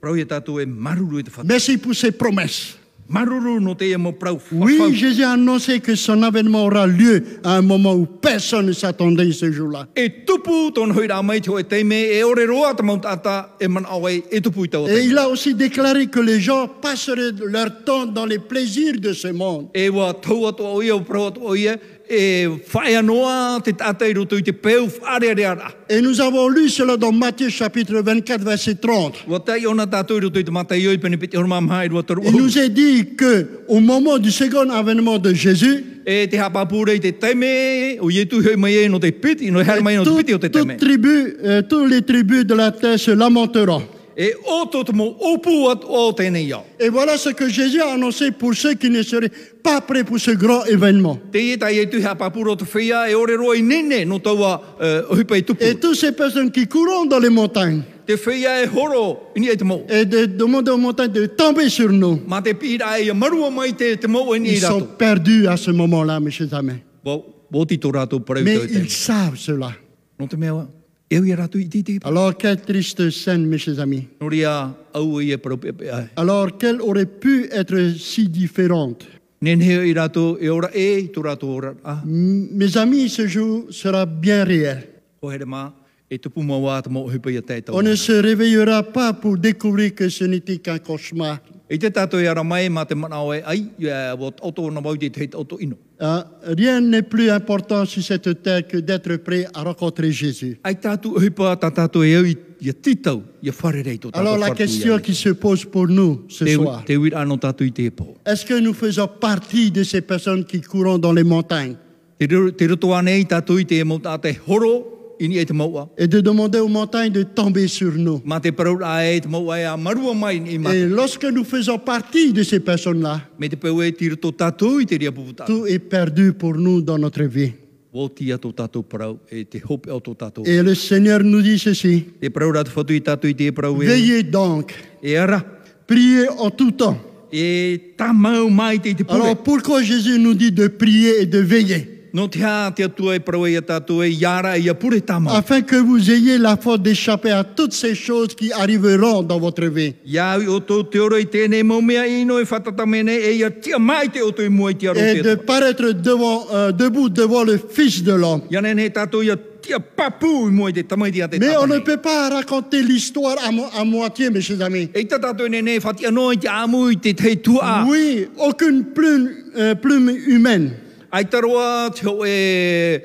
rau ia tātou e maruru i te whata. Merci pour ces promesses. Maruru no te ia mo prau Oui, whawhau. Jésus a annoncé que son avènement aura lieu à un moment où personne ne s'attendait ce jour-là. E tupu ton hoi rā mai tō e teime, e ore roa ta maun tata, e man awai, e tupu i tau Et te. il a aussi déclaré que les gens passeraient leur temps dans les plaisirs de ce monde. E wā tau ato o ia, o prau ato o ia, e whae anoa te tata i roto i te peu, whareare ara. Et nous avons lu cela dans Matthieu chapitre 24, verset 30. Wa tai ona tātou i roto i te mata i oi, pene piti horma maha i rua taru. Il nous est dit que au moment du second avènement de Jésus, E te hapapūre i te teime, o ietu hoi mai e no te piti, no her mai no te tout- piti o te teime. toute tribu, euh, tous les tribus de la terre se lamenteront. E o tō tamo opu at o tēnei au. Et voilà ce que Jésus a annoncé pour ceux qui ne seraient pas prêts pour ce grand événement. Te ie tai e tu hea papuro te whia e ore roa i nene no taua uh, hupa i tupu. Et toutes ces personnes qui courront dans les montagnes Te whia e horo i ni e te mou. et de demander aux montagnes de tomber sur nous, Mā te pira e a marua mai te te mou e ni ils i sont rato. perdus à ce moment-là, mes chers amis. Wau, wau ti tō rātou parau Mais tau te. ils savent cela. No te mea, e ui rātou i titi. Alors, quelle triste scène, mes chers amis. No ria au i e parau pepe ai. Alors, quelle aurait pu être si différente Nene i rātou e ora e i tō rātou ora. Ah, M- Mes amis, ce jour sera bien réel. ko here mā, e tupu mā wā te mou hupa i On a tētau. ne se réveillera pas pour découvrir que ce n'était qu'un cauchemar. I te tātou e ara mai mā te mana oe ai, e wā auto na mau te te auto ino. Hein, Rien n'est plus important sur cette terre que d'être prêt à rencontrer Jésus. Ai tātou hupa tā tātou e au i ia titau, ia wharerei tō tātou Alors la wharpū question ia. qui se pose pour nous ce Te, soir, te uira anō tātou i te pō. est-ce que nous faisons partie de ces personnes qui courent dans les montagnes Te, ru- te ruto anei tātou i te mau tā te horo, ini e te maua. et de demander aux montagnes de tomber sur nous Mā te paraura e te maua e a marua mai i mā. Et lorsque nous faisons partie de ces personnes-là, Me te pau e te ruto tātou i te ria pupu tātou. tout est perdu pour nous dans notre vie. Wō tia tō tātou parau, e te hope au tō tātou. Et le Seigneur nous dit ceci, Te paraura te whatu i tātou i te parau e. veillez donc, E ara, priez en tout temps. e tā mau mai te i te pure. Alors pourquoi Jésus nous dit de prier et de veiller Nō te hā te atua e parau e a tātou e iara i a pure tā mau. Afin que vous ayez la force d'échapper à toutes ces choses qui arriveront dans votre vie. Ia o tō te oro i tēnei mau mea ino e whatatamene e ia tia mai te oto i mua i tia ro Et te E de atua. paraître devant, euh, debout devant le Fils de l'homme. Ia nene tātou ia tia papu i mua i te tamai tia te Mais on ne tātane. peut pas raconter l'histoire à, mo- à moitié, mes chers amis. E tā tātou nene whatia no i te amu i te tei tua. Oui, aucune plume, euh, plume humaine, Ai taroa te o e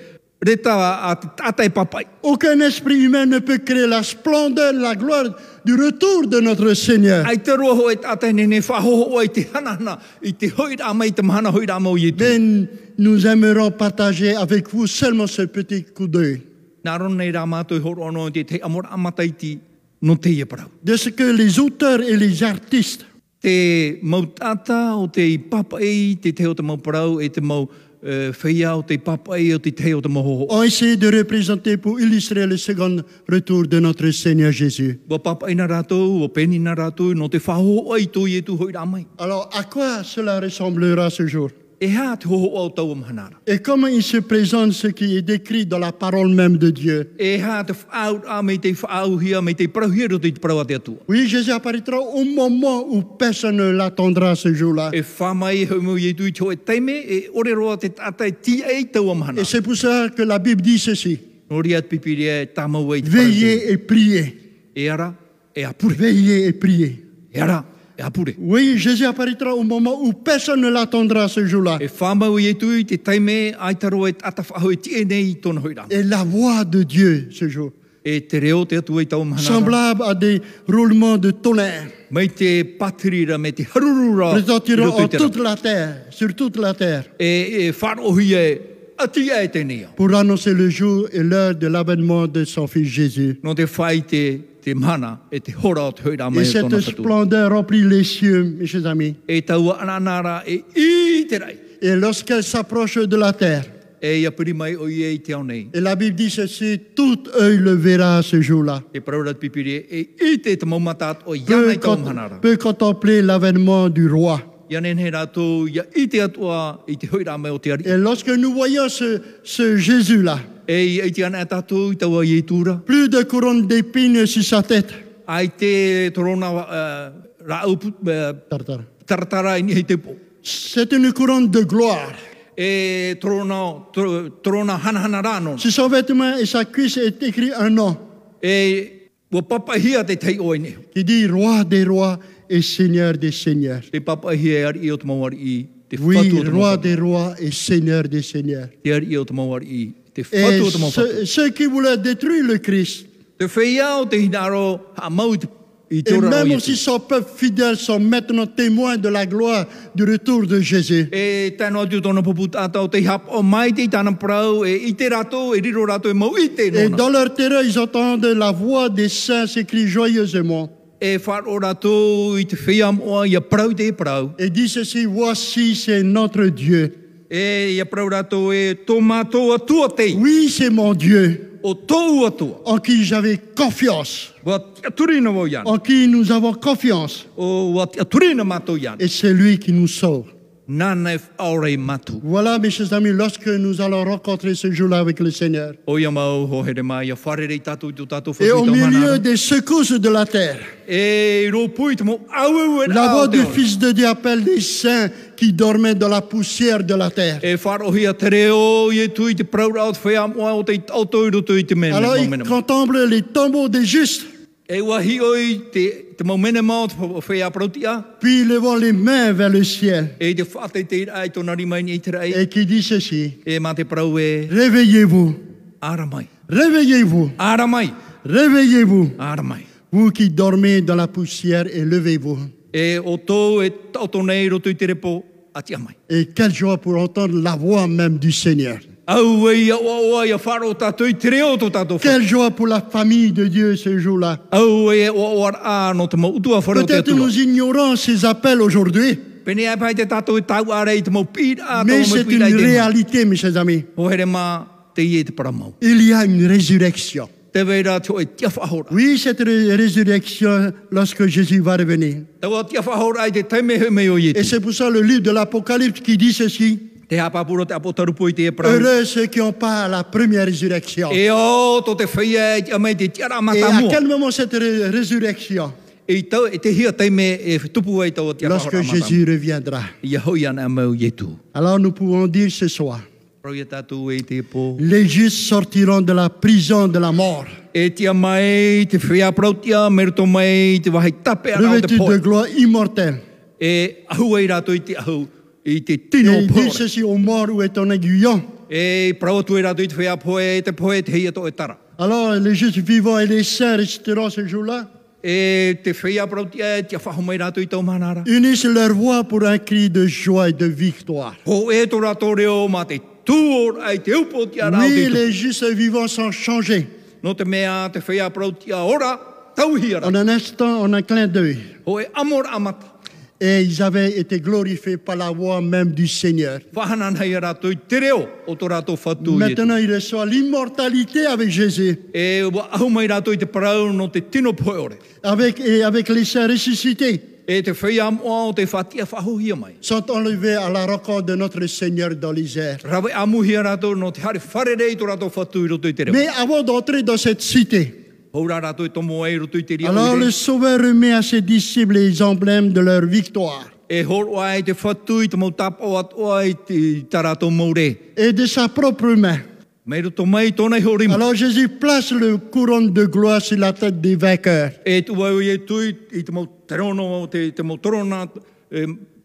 reta a te tata e papai. aucun esprit humain ne peut créer la splendeur, la gloire du retour de notre Seigneur. Ai taroa ho e tata e nene whahoho o i te hanahana i te hoira mai i te mahana hoira mau i tu. Mais nous aimerons partager avec vous seulement ce petit coup d'œil Nā rona nei rā mātou i horo anō i te tei amora amataiti no te ia parau. de ce que les auteurs et les artistes te mautata o te i papai, te te o te mauparau, e te mau uh, whaia o te papai, o te te o te mohoho. ont essayé de représenter pour illustrer le second retour de notre Seigneur Jésus. Wa papai nā rātou, wa peni nā rātou, no te whaho ai tō i e tū hoi rā mai. Alors, à quoi cela ressemblera ce jour E hā te hoho au tau am hanara. Et comment il se présente ce qui est décrit dans la parole même de Dieu E hā te whaau a me te whaau hia, me te parauhia roto i te parau a te atua. Oui, Jésus apparaîtra au moment où personne ne l'attendra ce jour-là. E whamai hau mu i tū i tō e teime, e ore roa te tātai ti e tau am Et hanara. c'est pour ça que la Bible dit ceci. Nori at pipiria e tamau e te parau. Veillez et priez. E ara, e apure. Veillez et priez. E ara, e apure. Oui, Jésus apparaîtra au moment où personne ne l'attendra ce jour-là. E whamau i e tui te taime ai taro e tata whahau e tie nei i tōna hoira. Et la voix de Dieu ce jour, E te reo te atu e tau mahanara. semblable à des roulements de tonnerre, Mai te patirira me te harurura. retentiront i roto en i te rau. toute la terre, sur toute la terre, E, e wharohi e ati e te nea. pour annoncer le jour et l'heure de l'avènement de son Fils Jésus. No te whai te, te mana e te hora o te hoira Et mai e cette tōna whatu. splendeur remplit les cieux, mes chers amis. E tau ananara e i te rai. Et lorsqu'elle s'approche de la terre, E ia piri mai o i e i te au nei. et la Bible dit ceci, tout œil le verra ce jour-là. E paraurat pipiri e i te te maumatat o Peut, iana i tau cont- mahanara. peut contempler l'avènement du roi. Ia nene rātou ia i te atua i te hoira mai o te ari. Et lorsque nous voyons ce, ce Jésus-là, E i te ana tātou i taua i tūra. plus de couronne d'épines sur sa tête, eh, Ai te torona uh, rau uh, Tartare. taratara i ni hei te po. C'est une couronne de gloire. E torona, tro- torona hanahana rāno. Sur son vêtement et sa cuisse est écrit un nom E ua papahia te tei oe neho. qui dit Roi des rois et Seigneur des seigneurs. Te papahia e ari i o te mauari i te whatu o Oui, te Roi mauari. des rois et Seigneur des seigneurs. Te ari i o te mauari i te Et whatu o te mauari. ce- ceux qui voulaient détruire le Christ, Te whea o te hinaro ha mau i te i te et orana o même Iesu. E si son peuple fidèle sont maintenant témoins de la gloire du retour de Jésus, E tēnā atu tōna pupu tātau te hap o mai te i tāna parau e i te rato e riro rato e mau i te et nona. dans leur terreur, ils entendent la voix des saints s'écrie joyeusement E whāro rato i te whiam oa i a parau te parau. et dit ceci, voici, c'est notre Dieu. E i a parau rato e tō mātou atua tei, Oui, c'est mon Dieu o tōu atua. en qui j'avais confiance, Wa te aturina wau iana, en qui nous avons confiance, o wa te aturina mātou iana. et c'est lui qui nous sauve. Nāna e whaore mātou. Voilà, mes chers amis, lorsque nous allons rencontrer ce jour-là avec le Seigneur, O ia mau, ho here mai, a wharere i tātou i tō tātou et au whakui tō milieu manana. des secousses de la terre, E i rō pui te mō au au e La voix au te du ora. Fils de Dieu appelle les saints qui dormaient dans la poussière de la terre. E wharohi a te reo, i e tui te praura o te whea moa o te au tau roto i te mena Alors il maumena ma. contemple les tombeaux des justes, E wahi oi te, te maumena ma o te whea prautia, puis ils levant les mains vers le ciel e te whate te rai tōna rimai ni i te rai, et qui dit ceci, e mā te prau e Réveillez-vous, aramai, réveillez-vous, aramai, réveillez-vous, aramai. vous qui dormez dans la poussière et levez-vous. E o tō e tau tōnei roto i te repo, ati amai. Et quelle joie pour entendre la voix même du Seigneur. Au e ia oa oa ia wharo tātou i te reo tō tātou whea. Quelle joie pour la famille de Dieu ce jour-là. Au e oa oa a no te mau utua whare o te Peut-être atua. nous ignorons ces appels aujourd'hui, Pene ai pai te tātou i tau are i te mau pīra, mais tō mau c'est une pīra i te mau. réalité, mes chers amis. O here mā, te ie te paramau. Il y a une résurrection. Te veira te oe tia whahora. Oui, cette ré- résurrection lorsque Jésus va revenir. Te oa tia whahora i te taimehe me o ie Et te. c'est pour ça le livre de l'Apocalypse qui dit ceci. Te hapapuro te apotarupo i te e parau. Heureux ceux qui ont pas à la première résurrection. Et E o, tō te whaia e tia mai te tia ramata à mua. quel moment cette ré- résurrection E i tau, e te hia taime e tupu ai tau tia Lorsque whahora amata. Jésus reviendra. Ia hoi ana mau ie tu. Alors nous pouvons dire ce soir, Parau ia tātou e te po. les justes sortiront de la prison de la mort, E tia mai, te whea parau tia, merito mai, te wahai tape ana o te revêtus de poe. gloire immortelle. E ahu ai rato i te ahu, i te Et tino il dit pōre. ceci aux morts, où est ton aiguillon E parau atu ai rato i te whea poe, te poe te hia tō e tara. Alors les justes vivants et les saints resteront ce jour-là, E te whea parautia e tia whahomai rātou i tau manara. unissent leur voix pour un cri de joie et de victoire. Ko e tō rātou reo mā te tūor ai te upo tia rāu Oui, te tupu. les justes vivants sont changés. No te mea te whea parautia ora tauhia rā. En un instant, en un clin d'œil. Ho e amor amata. Et ils avaient été glorifiés par la voix même du Seigneur. Whahanan hei rātou i te reo o tō rātou whatu i e. Maintenant, ils reçoivent l'immortalité avec Jésus, E wa ahumai rātou i te parau no te tino poe ore. avec, et avec les saints ressuscités, E te whea moa o te whatia whahohia mai. sont enlevés à la rencontre de notre Seigneur dans les airs. Rawe amuhia rātou no te hari wharere i tō rātou whatu i roto i te reo. Mais avant d'entrer dans cette cité, Houra rātou i tomo e roto i te reo. alors le Sauveur remet à ses disciples les emblèmes de leur victoire E horo ai te whatu i te mautapa o atu ai te tarato maure. et de sa propre main. Mei roto mai tōnei horima. Alors Jésus place le couronne de gloire sur la tête des vainqueurs. E tu au e tui i te mautarono o te, te mautarona e,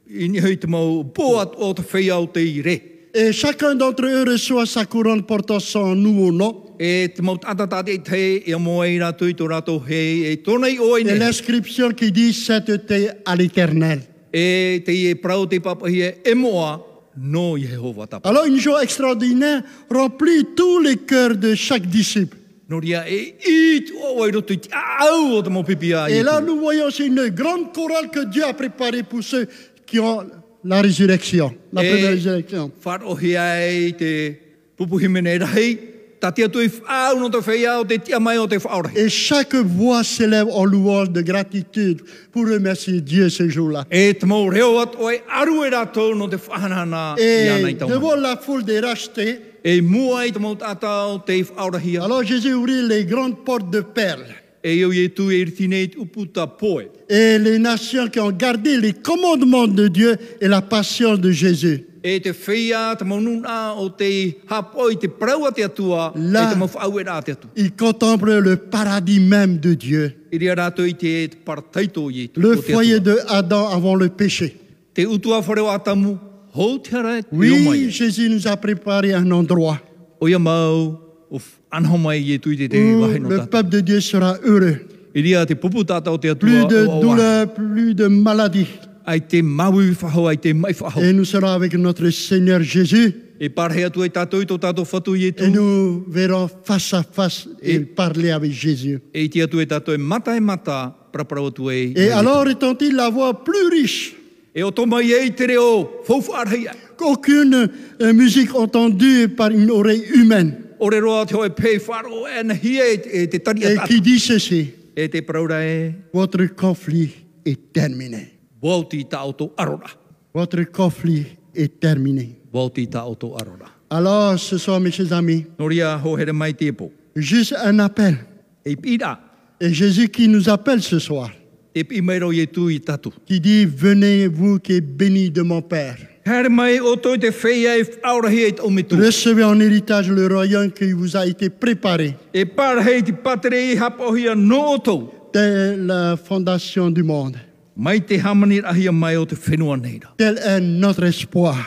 i ni hei te mau po atu o te whea o te i re. Et chacun d'entre eux reçoit sa couronne portant son nouveau nom E te mautatatata i te e moa i rātou i tō rātou hei e tōnei oi et ne. l'inscription qui dit sainteté à l'éternel. E te i e prau te papahia e moa no Yehova tapa. Alors une joie extraordinaire remplit tous les cœurs de chaque disciple. Noria e i tu au i roto i te au o te maupipia i Et là tu. nous voyons c'est une grande chorale que Dieu a préparée pour ceux qui ont la résurrection, la première résurrection. Wharohi ai te pupuhimene rahi, ta te atu i whao no te whaia o te tia mai o te whaorahi. Et chaque voix s'élève en louange de gratitude pour remercier Dieu ce jour-là. E te mau reo atu ai aru e rātou no te whanana i ana Et i taumana. devant la foule des rachetés, E mua i te mau tātau te whaorahia. alors Jésus ouvrit les grandes portes de perles. e au e tu e riti nei upu ta poe. Et les nations qui ont gardé les commandements de Dieu et la passion de Jésus. E te whia, te maununa o te hapoi, te praua te atua, La- e te mawhau e rā te atua. Ils contemplent le paradis même de Dieu, I rea rātou i te parataito i te, le e- o te foyer atua. de Adam avant le péché. Te utua whare o atamu, hou te ara e Oui, o mai. Jésus nous a préparé un endroit O ia mau, o f- anho mai i e tu i te te où wahe no Mm, le tata. peuple de Dieu sera heureux. I rea te pupu tata o te atua. Plus de o- o- douleur, plus de maladies. Ai te maui whahau, ai te mai whahau. Et nous serons avec notre Seigneur Jésus E parhe atua i tātou i tō tātou whatu i e et tu. nous verrons face à face et Et- parler avec Jésus. E i te atua i tātou e mata e mata, praparau atua e. Et alors retentit la voix plus riche E o tō mai e i te reo, whauwharhei ai. qu'aucune euh, musique entendue par une oreille humaine Ore roa te hoi pei wharo e na hia e, e te tari et atata. qui dit ceci, E te praura e, votre conflit est terminé. wauti tā o tō arora. Votre conflit est terminé. Wauti tā o tō arora. Alors ce soir, mes chers amis, Noria ho here mai te epo. juste un appel. E pira, Et Jésus qui nous appelle ce soir, te pi mai rau e tu i tatu. qui dit, venez vous qui êtes bénis de mon Père. Here mai o tō te whea e aurahi e te omitu. Recevez en héritage le royaume qui vous a été préparé E parhei te patere i hapohia no o tō. dès la fondation du monde. Mai te hamani ahia mai o te whenua neira. Tel est notre espoir.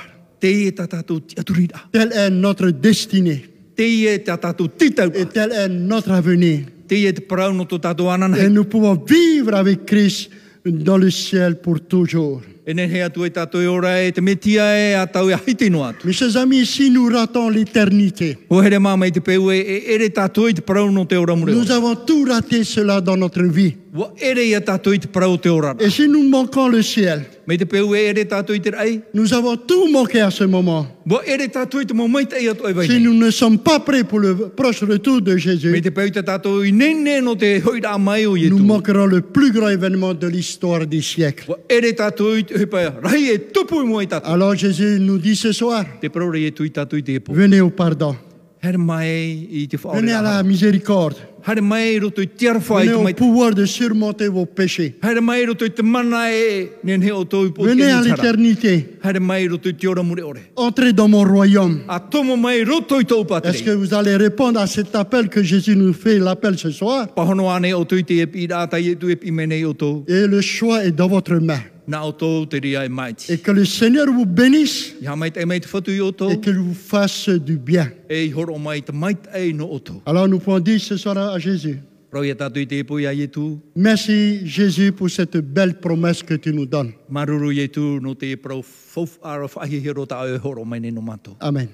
Te e tā tātou ti aturira. Telle est notre destinée. Te e tā tātou titau. Et tel est notre avenir. Te e te parau no tō tātou anana. Et nous pouvons vivre avec Christ dans le ciel pour toujours. E nei hea tu e tātou e ora e te metia e a tau e haiti no atu. Mes chers amis, si nous ratons l'éternité, O here māma i te peu e e ere tātou i te parau no te ora mure. nous avons tout raté cela dans notre vie. Wa ere i a tātou i te parau te ora. Et si nous manquons le ciel, Me te peu e ere tātou i te rai. nous avons tout manqué à ce moment. Wa ere tātou i te momai te i atu e Si vai. nous ne sommes pas prêts pour le proche retour de Me Jésus, te peu i te tātou i nene no te hoira mai o i nous tu. manquerons le plus grand événement de l'histoire des siècles. Wa ere tātou i te hepa rai e tupu i mua i tātou. Alors Jésus nous dit ce soir, Te parau rei e tu i tātou i te epo. venez au pardon, Here mai i te venez à whaore. la miséricorde, Here mai i roto i te arwha i venez te au mai. pouvoir de surmonter vos péchés, Here mai i roto i te mana e nene o tō i pō venez à kēni tara. l'éternité, Haere mai roto i te ora mure ore. entrez dans mon royaume. A tomo mai roto i tau Est-ce que patere. vous allez répondre à cet appel que Jésus nous fait, l'appel ce soir Pahono ane o tui te epi rāta i tu epi mene i o tau. Et le choix est dans votre main. Nā o tau te ria e maiti. Et que le Seigneur vous bénisse Ia mai te e mai te whatu i o tau. et qu'il vous fasse du bien. E i horo mai te mai te no o tau. Alors nous pouvons dire ce soir à Jésus, Rau i tātou i te epo ia i tu. merci Jésus pour cette belle promesse que tu nous donnes. Maruru i tu no te e prau fau ara whahi hero ta e horo mai ne no mātou. Amen.